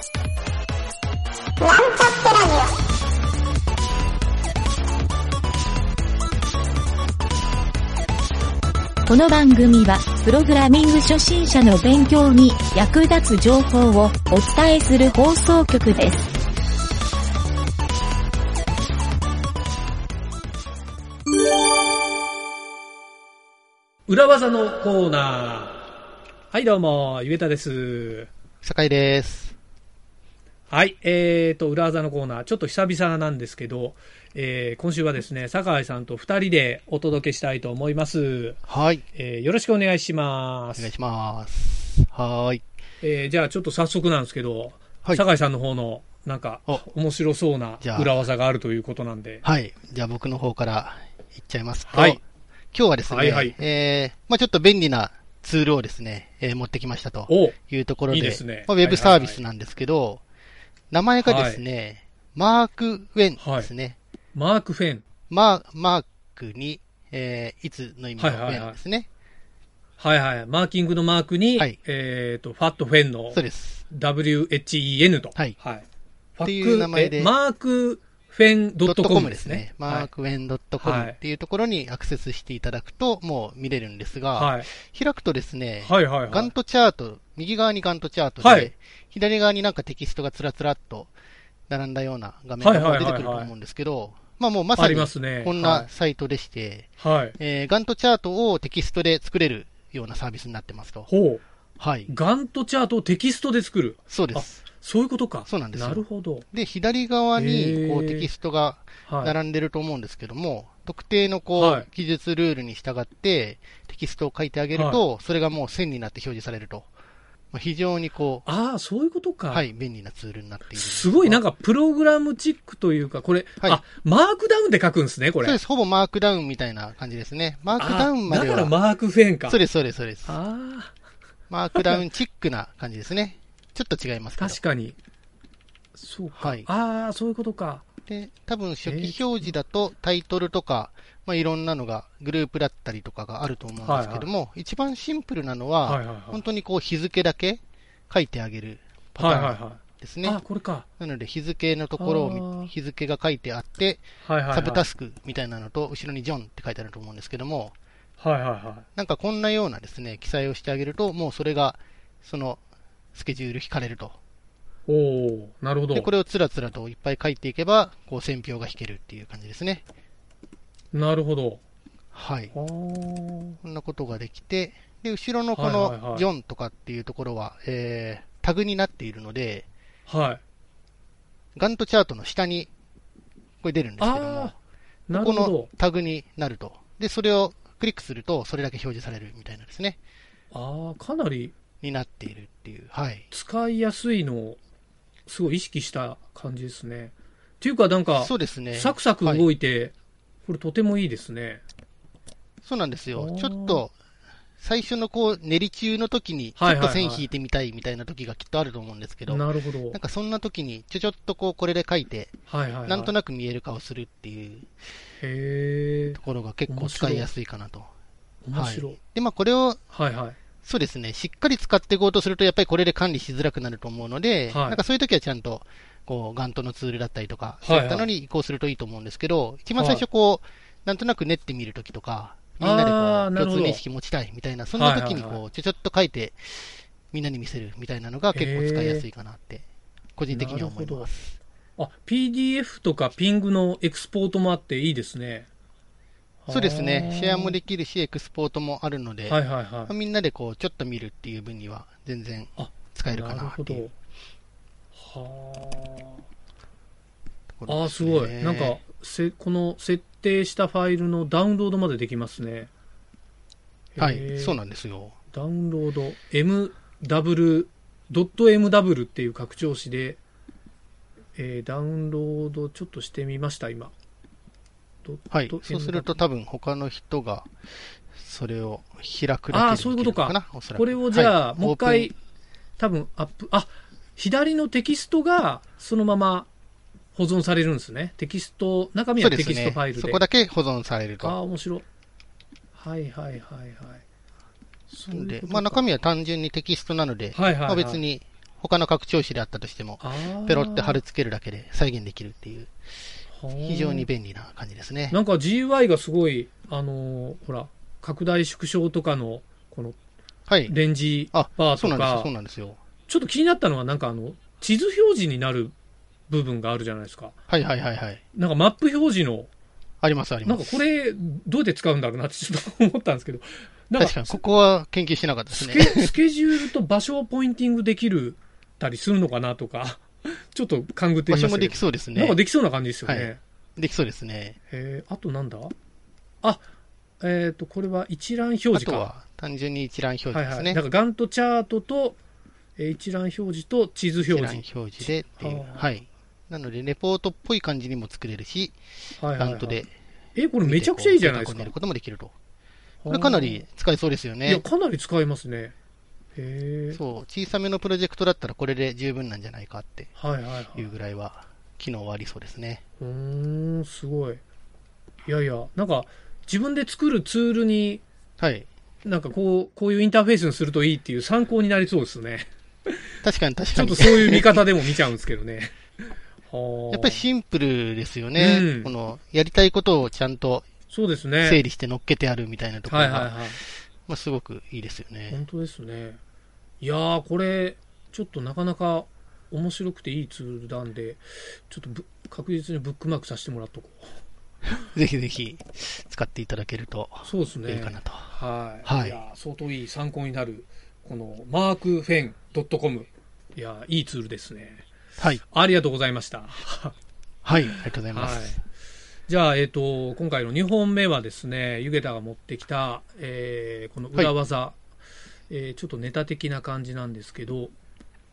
ワンタップラジオ。この番組は、プログラミング初心者の勉強に役立つ情報をお伝えする放送局です。裏技のコーナー。はい、どうも、ゆえたです。酒井です。はい、えーと、裏技のコーナー、ちょっと久々なんですけど、えー今週はですね、酒井さんと二人でお届けしたいと思います。はい。えーよろしくお願いしまお願いす。します。はーい。えーじゃあ、ちょっと早速なんですけど、はい酒井さんの方の、なんかお、面白そうなじゃあ裏技があるということなんで。はい。じゃあ僕の方からいっちゃいますと、はい今日はですね、はいはいえー、まあちょっと便利なツールをですね、えー持ってきましたとおいうところで、いいですねまあウェブサービスなんですけど、名前がですね、マークウェンですね。マーク・フェン。マーマークに、えー、いつの意味のウはいはいはいェンですね。はいはい。マーキングのマークに、はいえーと、ファット・フェンのそうです。 WHEN と。はいファックっていう名前でえマークフェンドットコ .com ムでですすねね。。マークウェン .com っていうところにアクセスしていただくと、もう見れるんですが、はい。開くとですね、はいはいはい。ガントチャート、右側にガントチャートで、はい左側になんかテキストがつらつらっと並んだような画面がはいはいはい出てくると思うんですけど、まあもうまさありにますね。こんなサイトでして、はい。はい。えーガントチャートをテキストで作れるようなサービスになってますと。ほう。はい。ガントチャートをテキストで作る。そうです。そういうことか。そうなんですよなるほど。で、左側にこうへーテキストがはい。並んでると思うんですけども、特定のこう、はい技術ルールに従ってテキストを書いてあげると、それがもう線になって表示されると。まあ、非常にこう、ああ、そういうことか。はい、便利なツールになっているんですごいなんかかプログラムチックというか、これ、はいあ、マークダウンで書くんですね、これ。そうです。ほぼマークダウンみたいな感じですね。マークダウンまであだからは。マークフェンか。そうです、そうです、そうです。あマークダウンチックな感じですね。ちょっと違いますあ、けど。確かに。そうか。はい。ああ、そういうことか。で、多分初期表示だとタイトルとか、まあ、いろんなのが、グループだったりとかがあると思うんですけども、一番シンプルなのは、はいはいはい本当にこう日付だけ書いてあげるパタはいはいーンはですい。ね。あ、これか。なので日付のところあをー見、日付が書いてあって、はいはい、はい。サブタスクみたいなのと、後ろにジョンって書いてあると思うんですけども、はいはいはい。なんかこんなようなですね、記載をしてあげると、もうそれが、その、スケジュール引かれると。おおなるほどで、。これをつらつらといっぱい書いていけば、こう、選票が引けるっていう感じですね。なるほど。はい。あーこんなことができて、で、後ろのこはいはいはの、いジョンとかっていうところは、えー、タグになっているので、はい。ガントチャートの下に、これ出るんですけどもあ、あ、なるこほのど。タグになると。で、それをクリックすると、それだけ表示されるみたいなですね、ああ、かなりになっているっていう。はい。使いやすいのを、すごい意識した感じですね。っていうか、なんか、そうですね。サクサクはい動いて、これとてもいいですね。そうなんですよお。ーちょっと、最初のこう、練り中の時に、ちょはいっはいとはい線引いてみたいみたいな時がきっとあると思うんですけど、なるほどな。んかそんな時に、ちょちょっとこう、これで書いて、はいはい、はい。なんとななく見える化をするっていうく。へえと、ころが結構面白使いいやすいかなと。面白。はいい。で、まあこれを、はい、はい、そうですね、しっかり使っていこうとすると、やっぱりこれで管理しづらくなると思うので、はいなんかそういう時はちゃんと、こう、ガントのツールだったりとか、はいそうはいいったのに移行するといいと思うんですけど、一番最初こう、なんとなく練ってみる時とか、みんなでこあーう、なる共ほ通ど認識持ちたいみたいな、そんな時にはいはいこう、ちょちょっと書いて、みんなに見せるみたいなのが結構使いやすいかなって、個人的には思いなるほまどす。あ、PDF とかピングのエクスポートもあっていいですね。そうですね、シェアもでできるし、エクスポートもあるので、はいはいはい。みんなでこう、ちょっと見るっていう分には、全然あ使えるかなっていうるほど。はあ。とこあろあ、ですすね、ごい。なんか、せ、この設定したファイルのダウンロードまでできますね。はへい、えそうなんですよ。ダウンロード、MW、.mw っていう拡張子で、えーダウンロードちょっとしてみました、今。ドットはい NW。そうすると多分他の人が、それを開くあだあけそでういうでこきるとのかなか、おそらく。これをじゃあ、はいもう一オー回プン、多分アップ、あ左のテキストがそのまま保存されるんですね。テキスト、中身そうはでテすキストねファイル。で。そこだけ保存されるああ、と。面白い。はいはいはいはい。そういうでこ、とかまあ中身は単純にテキストなので、はいはいはいまあ別に他の拡張子であったとしても、あーペロって貼り付けるだけで再現できるっていう、非常に便利な感じですね。なんか GUI がすごい、あのーほら、拡大縮小とかの、このはい。レンジバあ、ーそとうなんですよ、そうか、なんですよ。ちょっと気になったのは、なんかあの、地図表示になる部分があるじゃないですか。はいはいはいはい。なんかマップ表示の、ありますありなまんかす。これ、どうやって使うんだろうなって ちょっと思ったんですけど、なん確かに、ここは研究してなかったですスねケ。スケジュールと場所をポインティングできるたりするのかなとか、 ちょっと勘ぐって場みま所しもたでけきど、そうですなんかね。できそうな感じですよね。はいできそうですね。えーあとなんだあ、えっ、と、これは一覧表あ示とか。は単純に一覧表示ですはいはい。ねだ。からガントチャートと、えー一覧表示と地図一表覧示。表示でっていうあ。ーはい。なので、レポートっぽい感じにも作れるし、はいはいガはいントで。えこれめちゃくちゃいいじゃないです見かてこうデータをこねる。こともできると。これかなり使えそうですよいや、ね。かなり使えますね。へえ。そう。小さめのプロジェクトだったらこれで十分なんじゃないかってはいはいはい。いうぐらいは、機能はありそうですね。うーん、すごい。いやいや、なんか、自分で作るツールに、はい。なんかこう、こういうインターフェースにするといいっていう参考になりそうですね。 確かに確ちかょっにと。そういう見方でも見ちゃうんですけど ね。やっぱりし、シンプルですよね。うんこの、やりたいことをちゃんとそうですね。整理して乗っけてあるみたいなところはが、いはいはい。まあ、すごくいいですよね。本当ですね。いやー、これ、ちょっとなかなか面白くていいツールなんで、ちょっとぶ確実にブックマークさせてもらっとこう。ぜひぜひ使っていただけるとそうですね。いいかなと。はい。はいやー相当いい参考になる、このマークフェン .com。いやー、いいツールですね。はい。ありがとうございました。はい。ありがとうございまはいす。。じゃあ、えっ、と、今回の2本目はですね、ユゲタが持ってきた、えーこの裏技、えーちょっとネタ的な感じなんですけど、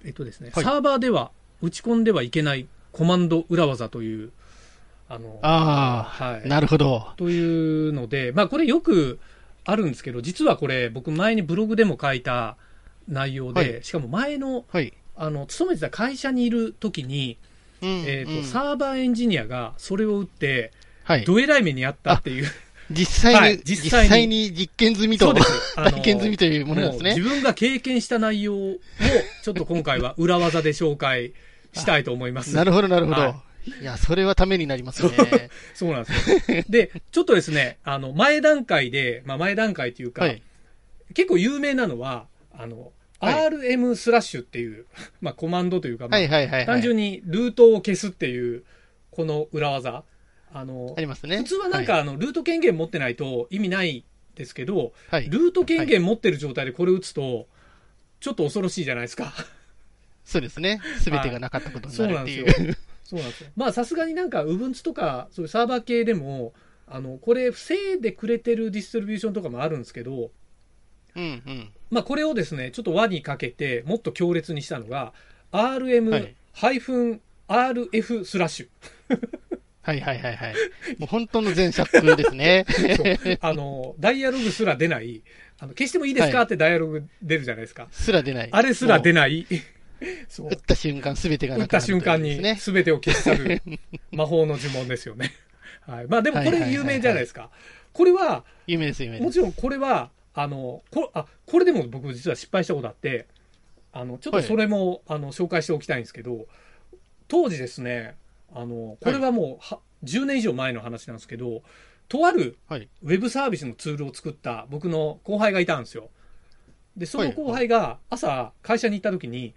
えっ、とですね、はいサーバーでは打ち込んではいけないコマンド裏技という、あの、あはあ、い。なるほど。というので、まあ、これよくあるんですけど、実はこれ、僕前にブログでも書いた内容で、はしかも前の、はい。あの、勤めてた会社にいる時に、うんえっ、と、うんサーバーエンジニアがそれを打って、はい。どえらい目にあったっていう。実際はいに、実実際に際に実験済みそうとです。体験済みというものなんですもうね。自分が経験した内容を、ちょっと今回は裏技で紹介したいと思います。なるほど、なるほど。、はいや、それはためになりますね。そうなんですよ。で、ちょっとですね、あの、前段階で、まあ前段階というか、はい。結構有名なのは、あの、はい RM スラッシュっていう、 まあコマンドというか、まあはいはいはいはい。単純にルートを消すっていう、この裏技。あのあ、りますね。普通はなんか、はあの、ルート権限持ってないと意味ないですけど、い、はいルート権限持ってる状態でこれ打つと、ちょっと恐ろしいじゃないです か。そうですね。すべてがなかったことにそうなるなっんてですいよう。。そうなんですよ。まあさすがになんか Ubuntu とか、そういうサーバー系でも、あの、これ防いでくれてるディストリビューションとかもあるんですけど、うんうん。まあこれをですね、ちょっと輪にかけて、もっと強烈にしたのが、はい RM-RF スラッシ ュ。はいはいはいはい。もう本当の前作ですね。 そうあの、ダイアログすら出ない、あの消してもいいですかはいってダイアログ出るじゃないですか。すら出ない。あれすら出ない。ない。 そう打った瞬間、すべてが打なっくなたるという瞬間にですね。全てを消し去 る魔法の呪文ですよね。はい、まあでもこはいはいはいはれい有名じゃないですか。これは、有名です、有名でもす。ちろんこれは、あの、こあこれでも僕実は失敗したことあって、あの、ちょっとそれも、あの紹介しておきたいんですけど、当時ですね、あの、これはもうは、10年以上前の話なんですけど、とあるはい。ウェブサービスのツールを作った僕の後輩がいたんですよ。で、その後輩が朝会社に行った時に、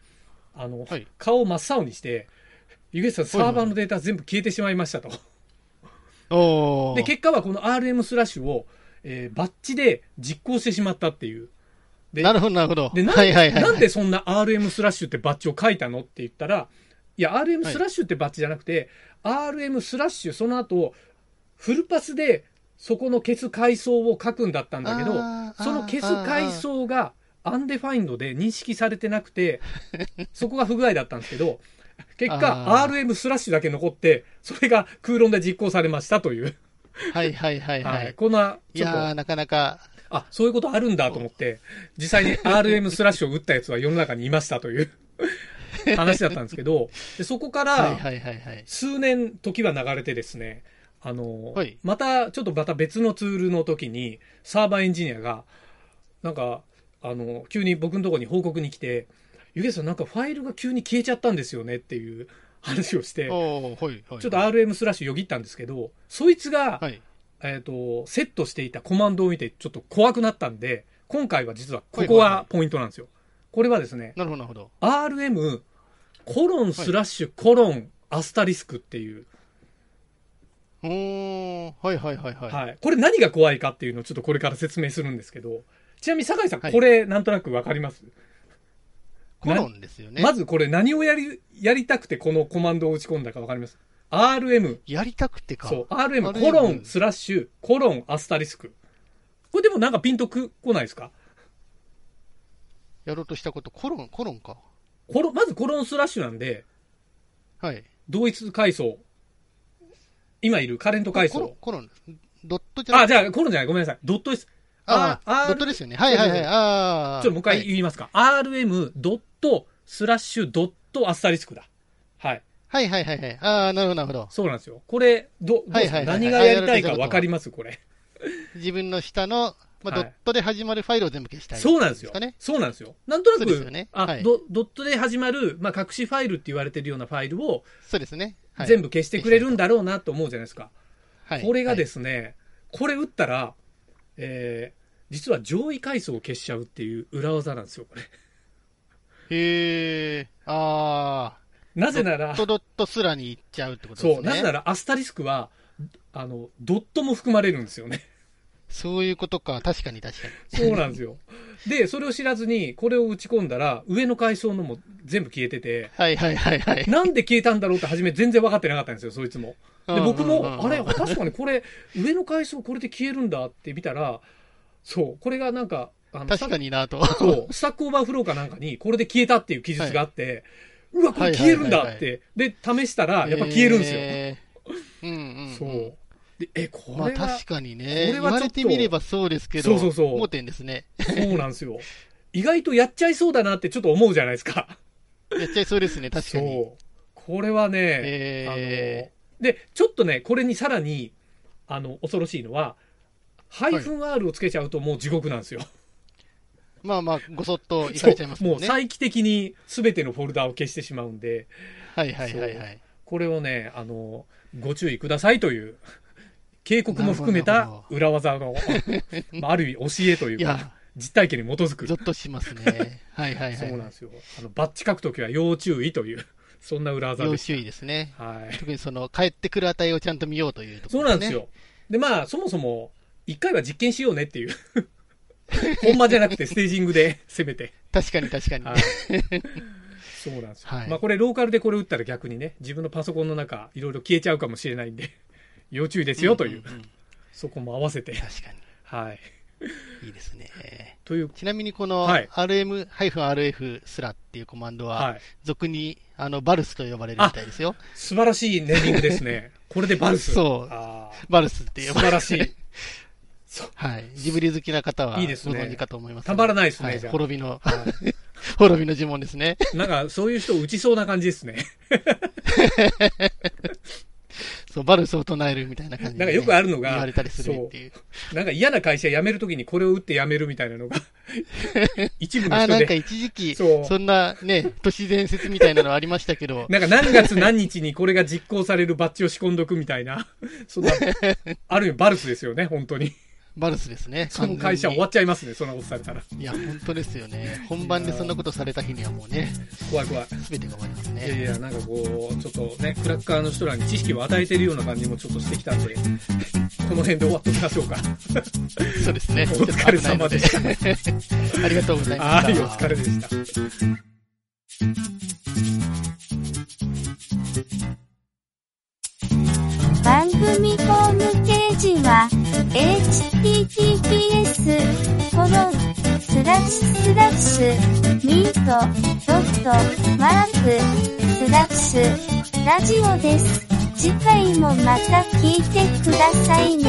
あの、はい顔を真っ青にして、ゆげさんサはいはいーバーのデータ全部消えてしまいましたと。おー。で、結果はこの RM スラッシュを、えーバッチで実行してしまったっていう。でなるほど、なるほど。で、なんで,、はいはいはいはい。なんでそんな RM スラッシュってバッジを書いたのって言ったら、いや、RM スラッシュってバッジじゃなくて、RM スラッシュ、その後、フルパスでそこの消す階層を書くんだったんだけど、あーその消す階層がアンデファインドで認識されてなく て、そこが不具合だったんですけど、結果、あー RM スラッシュだけ残って、それが空論で実行されましたという。はいはいはいははいい。。こんな、いちょっとやー、なかなか、あ、そういうことあるんだと思って、実際に RM スラッシュを打ったやつは世の中にいましたと いう話だったんですけど、でそこかはいらはいはいはい。数年時は流れてですね、あの、はいまたちょっとまた別のツールの時にサーバーエンジニアが、なんか、あの、急に僕のところに報告に来て、ゆげさんなんかファイルが急に消えちゃったんですよねっていう話をして、ちょおー、はいはい。っと RM スラッシュよぎったんですけど、そいつが、はい。えっ、と、セットしていたコマンドを見てちょっと怖くなったんで、今回は実はここはいはいはがポイントなんですよ。これはですね、なるほどなるほど。 RM コロンスラッシュコロンアスタリスクっていう、おー、はいはいはいはい。はい。これ何が怖いかっていうのをちょっとこれから説明するんですけど、ちなみに酒井さん、はいこれなんとなくわかります、コロンですよね。まずこれ何をやり、やりたくてこのコマンドを打ち込んだかわかります ?RM、やりたくてか。そう、RM RM コロンスラッシュコロンアスタリスク。これでもなんかピンとく、来ないですかやろうとしたこと、コロン、コロンか。コロまずコロンスラッシュなんで、はい。同一階層。今いるカレント階コロン層。、コロン。ドットじゃなあ、くてじゃあ、コロンじゃない。ごめんなさい。ドットです。あああ、ドットですよね。はいはいはい。ああ。ちょっともう一は回い言いますか。rm ドットスラッシュドットアスタリスクだ。はい。はいはいはいはい。ああ、なるほどなるほど。そうなんですよ。これ、ど、どうはいですはいかはい何がやりたいあやられたこかとはわかりますこれ。自分の下の、まあ、はドいットで始まるファイルを全部消したい、そうなんですよかね。。そうなんですよ。なんとなそうですよくね、はあい、ドドットで始まる、まあ、隠しファイルって言われてるようなファイルをそうですね。はい、全部消してくれるんだろうなと思うじゃないですか。はい、。これがですすね、これ打ったら、えー実は上位階層を消しちゃうっていう裏技なんですよ、これ。へえ。ああ。なぜならドッ、トドットすらに行っちゃうってことですね。そう、なぜならアスタリスクは、あの、ドットも含まれるんですよ ね。そういうことか。確かに確かに。そうなんですよ。で、それを知らずに、これを打ち込んだら、上の階層のも全部消えてて、はいはいはい はい。なんで消えたんだろうって初め全然分かってなかったんですよ、そいつも。で、うん僕うんうんうも、んあれ、確かにこれ、上の階層これで消えるんだって見たら、そう、これがなんか、あの確かに なと。そう、スタックオーバーフローかなんかに、これで消えたっていう記述があって、うわ、これはい消えるんだはいっはいて。で、試したら、やっぱ消えるんですよ。へーうんうんうん。そう。で、え、こまあれは、確かにね。これ言はちょっとわれてみればそうですけど、そうそうそう盲点ですね。そうなんですよ。意外とやっちゃいそうだなってちょっと思うじゃないですか。やっちゃいそうですね、確かに。そう。これはね、えあの、で、ちょっとね、これにさらに、あの、恐ろしいのは、ハイフン R をつけちゃうともう地獄なんですよ。ー、まあまあ、ごそっと行かれちゃいまそすうももうんね。再帰的に全てのフォルダを消してしまうんで、はいはいはいはい。これをね、あの、ご注意くださいという、警告も含めなるほたど裏技の、 まあ、ある意味教えといいうか、や、実体験に基づく。ゾッとしま すね。はいはいはそうなんい。ですよ。あの、バッチ書くときは要注意という、 そんな裏技要です。注意ですね。はい。特にその、帰ってくる値をちゃんと見ようというとこそうろなんね。ですよ。で、まあ、そもそも、一回は実験しようねっていう。 本場じゃなくてステージングで攻めて。確かに確かに。はい。そうなんですよ。はいまあ、これローカルでこれ打ったら逆にね、自分のパソコンの中、いろいろ消えちゃうかもしれないんで、要注意ですよという、んんんそこも合わせて。確かはい。に。いいですね。という、ちなみにこのはい rm-rf すらっていうコマンドはは、い。俗にあのバルスと呼ばれるみたいですよ。素晴らしいネーミングですね。これでバルス。そうあーバルスって素呼ばれ晴る。らしい。そう。はい。ジブリ好きな方はごいいですね存知かと思います。たまらないですねはじゃあ滅びの、 滅びの呪文ですね。なんか、そういう人打ちそうな感じですね。そう、バルスを唱えるみたいな感じでなねんかよくあるのが言われたりするっていう。なんか嫌な会社辞めるときにこれを打って辞めるみたいなの が、一部のああ、な人んかで。一時期、そうそんなね、都市伝説みたいなのありました けど、なんか何月何日にこれが実行されるバッジを仕込んどくみたいな、そん な、ある意味バルスですよね、本当に。バルスですね。その会社終完全わっちゃいますね、そんなことされたら。にいや、本当ですよね。本番でそんなことされた日にはもうね、怖い怖い。すべてが終わりますいやいね。や、なんかこう、ちょっとね、クラッカーの人らに知識を与えてるような感じもちょっとしてきたんで、この辺で終わっときましょうか。そうですね。お疲れ様でちょっと危ないので ありがとうございました。はい、お疲れでした。番組ホームページは https コロンスラッシュスラッシュミートドットマークスラッシュラジオです。次回もまた聞いてくださいね。